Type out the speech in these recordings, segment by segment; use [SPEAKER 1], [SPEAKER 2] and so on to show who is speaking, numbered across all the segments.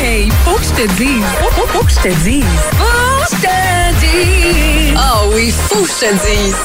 [SPEAKER 1] Hey, faut que je te dise. Faut, faut, faut que je te dise. Faut que je te dise.
[SPEAKER 2] Oh oui, faut que je te dise.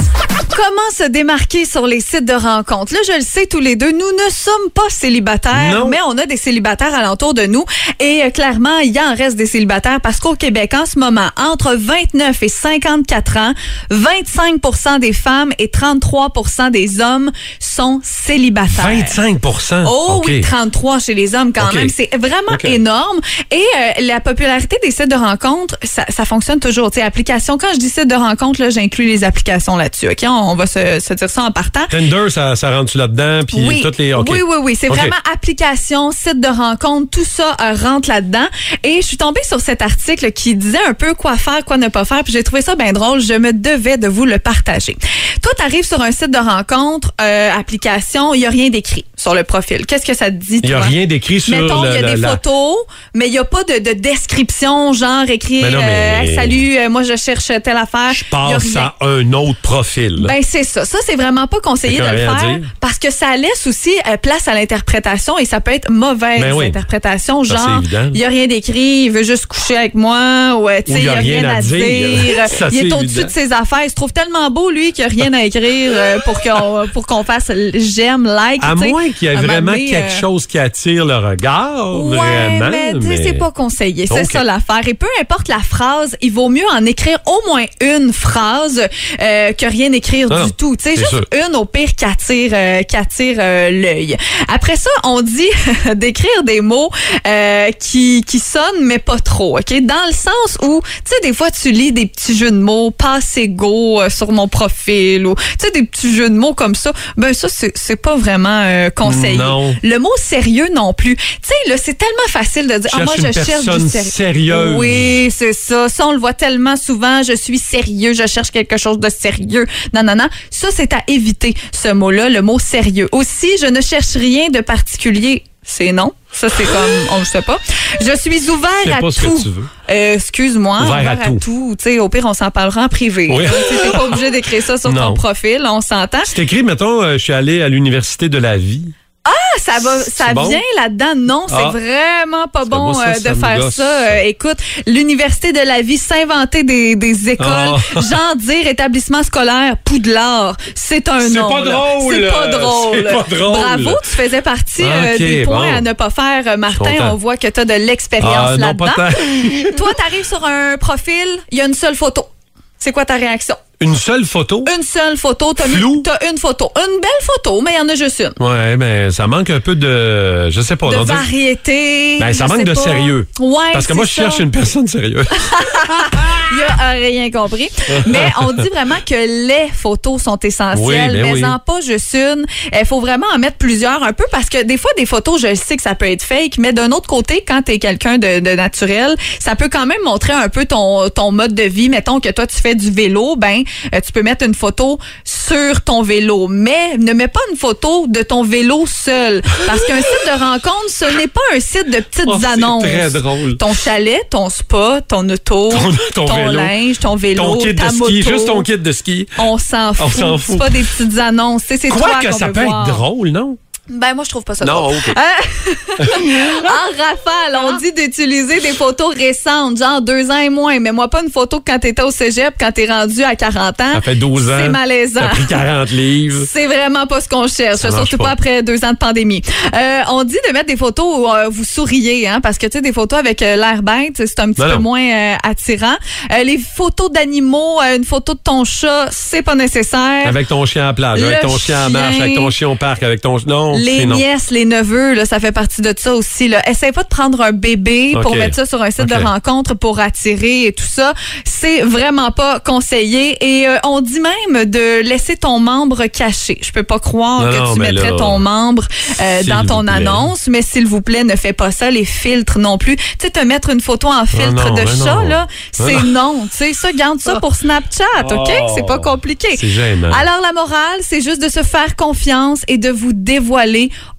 [SPEAKER 3] Comment se démarquer sur les sites de rencontres? Là, je le sais, tous les deux, nous ne sommes pas célibataires,
[SPEAKER 4] Non.
[SPEAKER 3] mais on a des célibataires alentour de nous. Et euh, clairement, il y en reste des célibataires parce qu'au Québec, en ce moment, entre 29 et 54 ans, 25 des femmes et 33 des hommes sont célibataires.
[SPEAKER 4] 25
[SPEAKER 3] Oh
[SPEAKER 4] OK.
[SPEAKER 3] oui, 33 chez les hommes quand
[SPEAKER 4] OK.
[SPEAKER 3] même. C'est vraiment
[SPEAKER 4] OK.
[SPEAKER 3] énorme. Et euh, la popularité des sites de rencontres, ça, ça fonctionne toujours. Tu sais, applications, quand je dis sites de rencontres, là, j'inclus les applications là-dessus. OK? On, on va se, se dire ça en partant.
[SPEAKER 4] Tinder, ça, ça rentre-tu là-dedans? Puis
[SPEAKER 3] Oui.
[SPEAKER 4] toutes les. OK.
[SPEAKER 3] oui, oui, oui. C'est
[SPEAKER 4] OK.
[SPEAKER 3] vraiment application, site de rencontre, tout ça euh, rentre là-dedans. Et je suis tombée sur cet article qui disait un peu quoi faire, quoi ne pas faire. Puis j'ai trouvé ça bien drôle. Je me devais de vous le partager. Toi, tu arrives sur un site de rencontre, euh, application, il n'y a rien d'écrit sur le profil. Qu'est-ce que ça te dit?
[SPEAKER 4] Il n'y a
[SPEAKER 3] toi?
[SPEAKER 4] rien d'écrit sur
[SPEAKER 3] Mettons, il y a
[SPEAKER 4] le-
[SPEAKER 3] des
[SPEAKER 4] la- la-
[SPEAKER 3] photos, mais il n'y a pas de, de description, genre écrit
[SPEAKER 4] Mais non, mais-
[SPEAKER 3] euh, Salut, euh, moi je cherche telle affaire.
[SPEAKER 4] Je
[SPEAKER 3] Il y a
[SPEAKER 4] passe
[SPEAKER 3] rien.
[SPEAKER 4] à un autre profil.
[SPEAKER 3] Ben c'est ça. Ça, c'est vraiment pas conseillé de
[SPEAKER 4] Quelqu'un
[SPEAKER 3] le
[SPEAKER 4] a rien à
[SPEAKER 3] faire
[SPEAKER 4] dire?
[SPEAKER 3] parce que ça laisse aussi euh, place à l'interprétation et ça peut être mauvaise
[SPEAKER 4] Ben oui.
[SPEAKER 3] interprétation.
[SPEAKER 4] Ça, c'est
[SPEAKER 3] Genre,
[SPEAKER 4] évident.
[SPEAKER 3] il n'y a rien d'écrit, il veut juste coucher avec moi ou euh, tu sais, il n'y a, rien, à dire.
[SPEAKER 4] Ça,
[SPEAKER 3] il
[SPEAKER 4] c'est
[SPEAKER 3] est au-dessus
[SPEAKER 4] évident.
[SPEAKER 3] de ses affaires. Il se trouve tellement beau, lui, qu'il n'y a rien à écrire euh, pour qu'on pour qu'on fasse l- j'aime, like.
[SPEAKER 4] à
[SPEAKER 3] tu sais.
[SPEAKER 4] moins qu'il y
[SPEAKER 3] À
[SPEAKER 4] ait
[SPEAKER 3] un moment
[SPEAKER 4] vraiment
[SPEAKER 3] donné,
[SPEAKER 4] quelque
[SPEAKER 3] euh,
[SPEAKER 4] chose qui attire le regard,
[SPEAKER 3] Ouais,
[SPEAKER 4] vraiment.
[SPEAKER 3] mais, tu sais, c'est pas conseillé. C'est
[SPEAKER 4] Ok.
[SPEAKER 3] ça l'affaire. Et peu importe la phrase, il vaut mieux en écrire au moins une phrase euh, que rien écrire
[SPEAKER 4] Non,
[SPEAKER 3] du tout. Tu sais,
[SPEAKER 4] c'est
[SPEAKER 3] juste
[SPEAKER 4] sûr.
[SPEAKER 3] une au pire qui attire, euh, qui attire euh, l'œil. Après ça, on dit d'écrire des mots euh, qui, qui sonnent, mais pas trop. OK? Dans le sens où, tu sais, des fois, tu lis des petits jeux de mots, passez go euh, sur mon profil ou, tu sais, des petits jeux de mots comme ça. Ben, ça, c'est c'est pas vraiment euh, conseillé.
[SPEAKER 4] Non.
[SPEAKER 3] Le mot sérieux non plus. Tu sais, là, c'est tellement facile de dire Ah,
[SPEAKER 4] Cherche
[SPEAKER 3] moi,
[SPEAKER 4] une
[SPEAKER 3] je cherche du
[SPEAKER 4] personne
[SPEAKER 3] sérieux.
[SPEAKER 4] sérieuse.
[SPEAKER 3] Oui, c'est ça. Ça, on le voit tellement souvent. Je suis sérieux, je cherche quelque chose de sérieux. Non, non, non. Ça, c'est à éviter, ce mot-là, le mot sérieux. Aussi, je ne cherche rien de particulier. C'est non. Ça, c'est comme, on ne sait pas. Je suis ouvert
[SPEAKER 4] C'est
[SPEAKER 3] à
[SPEAKER 4] pas
[SPEAKER 3] tout.
[SPEAKER 4] ce que tu veux.
[SPEAKER 3] Euh, Excuse-moi,
[SPEAKER 4] Ouvert à tout.
[SPEAKER 3] Tu sais, au pire, on s'en parlera en privé.
[SPEAKER 4] Oui.
[SPEAKER 3] Tu n'es pas obligé d'écrire ça sur
[SPEAKER 4] Non.
[SPEAKER 3] ton profil, on s'entend.
[SPEAKER 4] C'est écrit, mettons, euh, je suis allé à l'université de la vie.
[SPEAKER 3] ça va,
[SPEAKER 4] C'est
[SPEAKER 3] ça
[SPEAKER 4] bon?
[SPEAKER 3] vient là-dedans. Non,
[SPEAKER 4] Ah.
[SPEAKER 3] c'est vraiment pas
[SPEAKER 4] Parce que
[SPEAKER 3] bon
[SPEAKER 4] moi, ça,
[SPEAKER 3] euh,
[SPEAKER 4] ça
[SPEAKER 3] de
[SPEAKER 4] me
[SPEAKER 3] faire
[SPEAKER 4] gosse,
[SPEAKER 3] ça.
[SPEAKER 4] ça.
[SPEAKER 3] Euh, écoute, l'université de la vie s'inventer des, des écoles,
[SPEAKER 4] Ah.
[SPEAKER 3] j'en dire établissement scolaire Poudlard, c'est un
[SPEAKER 4] C'est
[SPEAKER 3] nom.
[SPEAKER 4] pas
[SPEAKER 3] là.
[SPEAKER 4] drôle.
[SPEAKER 3] C'est pas drôle.
[SPEAKER 4] C'est pas drôle.
[SPEAKER 3] Bravo, tu faisais partie euh,
[SPEAKER 4] Ok,
[SPEAKER 3] des points
[SPEAKER 4] bon.
[SPEAKER 3] à ne pas faire, euh, Martin.
[SPEAKER 4] content.
[SPEAKER 3] On voit que tu as de l'expérience
[SPEAKER 4] Ah, non,
[SPEAKER 3] là-dedans.
[SPEAKER 4] pas tant.
[SPEAKER 3] Toi, t'arrives sur un profil, il y a une seule photo. C'est quoi ta réaction?
[SPEAKER 4] Une seule photo?
[SPEAKER 3] Une seule photo. T'as mis-
[SPEAKER 4] Flou.
[SPEAKER 3] t'as une photo. Une belle photo, mais il y en a juste une
[SPEAKER 4] Ouais, mais ça manque un peu de. Je sais pas.
[SPEAKER 3] Euh. de
[SPEAKER 4] on dirait-
[SPEAKER 3] variété.
[SPEAKER 4] Ben, ça
[SPEAKER 3] je
[SPEAKER 4] manque
[SPEAKER 3] sais
[SPEAKER 4] de
[SPEAKER 3] pas.
[SPEAKER 4] sérieux.
[SPEAKER 3] Ouais,
[SPEAKER 4] Parce que moi, je
[SPEAKER 3] c'est
[SPEAKER 4] cherche
[SPEAKER 3] ça.
[SPEAKER 4] une personne sérieuse.
[SPEAKER 3] Il a rien compris. mais on dit vraiment que les photos sont
[SPEAKER 4] Oui,
[SPEAKER 3] essentielles,
[SPEAKER 4] ben
[SPEAKER 3] mais
[SPEAKER 4] oui.
[SPEAKER 3] en pas juste une. Il faut vraiment en mettre plusieurs un peu parce que des fois, des photos, je sais que ça peut être fake, mais d'un autre côté, quand t'es quelqu'un de, de naturel, ça peut quand même montrer un peu ton, ton mode de vie. Mettons que toi, tu fais du vélo, ben, euh, tu peux mettre une photo sur ton vélo, mais ne mets pas une photo de ton vélo seul. Parce qu'un site de rencontre, ce n'est pas un site de petites
[SPEAKER 4] Oh, c'est
[SPEAKER 3] annonces.
[SPEAKER 4] très drôle.
[SPEAKER 3] Ton chalet, ton spa, ton auto,
[SPEAKER 4] Ton- ton vélo.
[SPEAKER 3] linge, ton vélo,
[SPEAKER 4] ton kit de
[SPEAKER 3] ta
[SPEAKER 4] ski,
[SPEAKER 3] moto.
[SPEAKER 4] juste ton kit de ski.
[SPEAKER 3] On s'en fout.
[SPEAKER 4] s'en fout.
[SPEAKER 3] C'est pas des petites annonces. C'est c'est toi
[SPEAKER 4] Quoi que
[SPEAKER 3] qu'on
[SPEAKER 4] ça
[SPEAKER 3] peut
[SPEAKER 4] peut
[SPEAKER 3] voir.
[SPEAKER 4] être drôle, non?
[SPEAKER 3] Ben moi je trouve pas ça drôle.
[SPEAKER 4] Non, OK.
[SPEAKER 3] En rafale, Ah, on dit d'utiliser des photos récentes, genre deux ans et moins. Mais moi pas une photo que quand t'étais au cégep, quand t'es rendu à 40 ans.
[SPEAKER 4] Ça fait 12 ans.
[SPEAKER 3] C'est
[SPEAKER 4] T'as
[SPEAKER 3] malaisant.
[SPEAKER 4] pris 40 livres.
[SPEAKER 3] C'est vraiment pas ce qu'on cherche,
[SPEAKER 4] Ça marche
[SPEAKER 3] surtout pas.
[SPEAKER 4] pas.
[SPEAKER 3] après deux ans de pandémie. Euh, on dit de mettre des photos où euh, vous souriez, hein, parce que tu sais des photos avec euh, l'air bête, c'est un petit
[SPEAKER 4] Non,
[SPEAKER 3] peu
[SPEAKER 4] non.
[SPEAKER 3] moins euh, attirant. Euh, les photos d'animaux, euh, une photo de ton chat, c'est pas nécessaire.
[SPEAKER 4] Avec ton chien à plage, avec
[SPEAKER 3] Le
[SPEAKER 4] ton chien à marche,
[SPEAKER 3] chien.
[SPEAKER 4] avec ton chien au parc, avec ton. Non,
[SPEAKER 3] les
[SPEAKER 4] c'est non.
[SPEAKER 3] nièces, les neveux, là, ça fait partie de ça aussi. Là. Essaye pas de prendre un bébé pour
[SPEAKER 4] Ok.
[SPEAKER 3] mettre ça sur un site
[SPEAKER 4] Ok.
[SPEAKER 3] de rencontre pour attirer et tout ça. C'est vraiment pas conseillé. Et euh, on dit même de laisser ton membre caché. Je peux pas croire
[SPEAKER 4] Non,
[SPEAKER 3] que
[SPEAKER 4] non,
[SPEAKER 3] tu
[SPEAKER 4] mais
[SPEAKER 3] mettrais
[SPEAKER 4] là,
[SPEAKER 3] ton membre euh,
[SPEAKER 4] s'il
[SPEAKER 3] dans ton
[SPEAKER 4] vous plaît.
[SPEAKER 3] annonce, mais s'il vous plaît, ne fais pas ça. Les filtres non plus. Tu sais, te mettre une photo en filtre
[SPEAKER 4] Ah non,
[SPEAKER 3] de
[SPEAKER 4] mais
[SPEAKER 3] chat,
[SPEAKER 4] non.
[SPEAKER 3] là,
[SPEAKER 4] Mais
[SPEAKER 3] c'est non. Tu sais, ça, garde ça pour Snapchat, OK?
[SPEAKER 4] Oh.
[SPEAKER 3] C'est pas compliqué.
[SPEAKER 4] C'est gênant.
[SPEAKER 3] Alors, la morale, c'est juste de se faire confiance et de vous dévoiler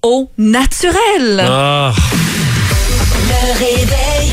[SPEAKER 3] au naturel.
[SPEAKER 4] Ah,
[SPEAKER 2] Le réveil.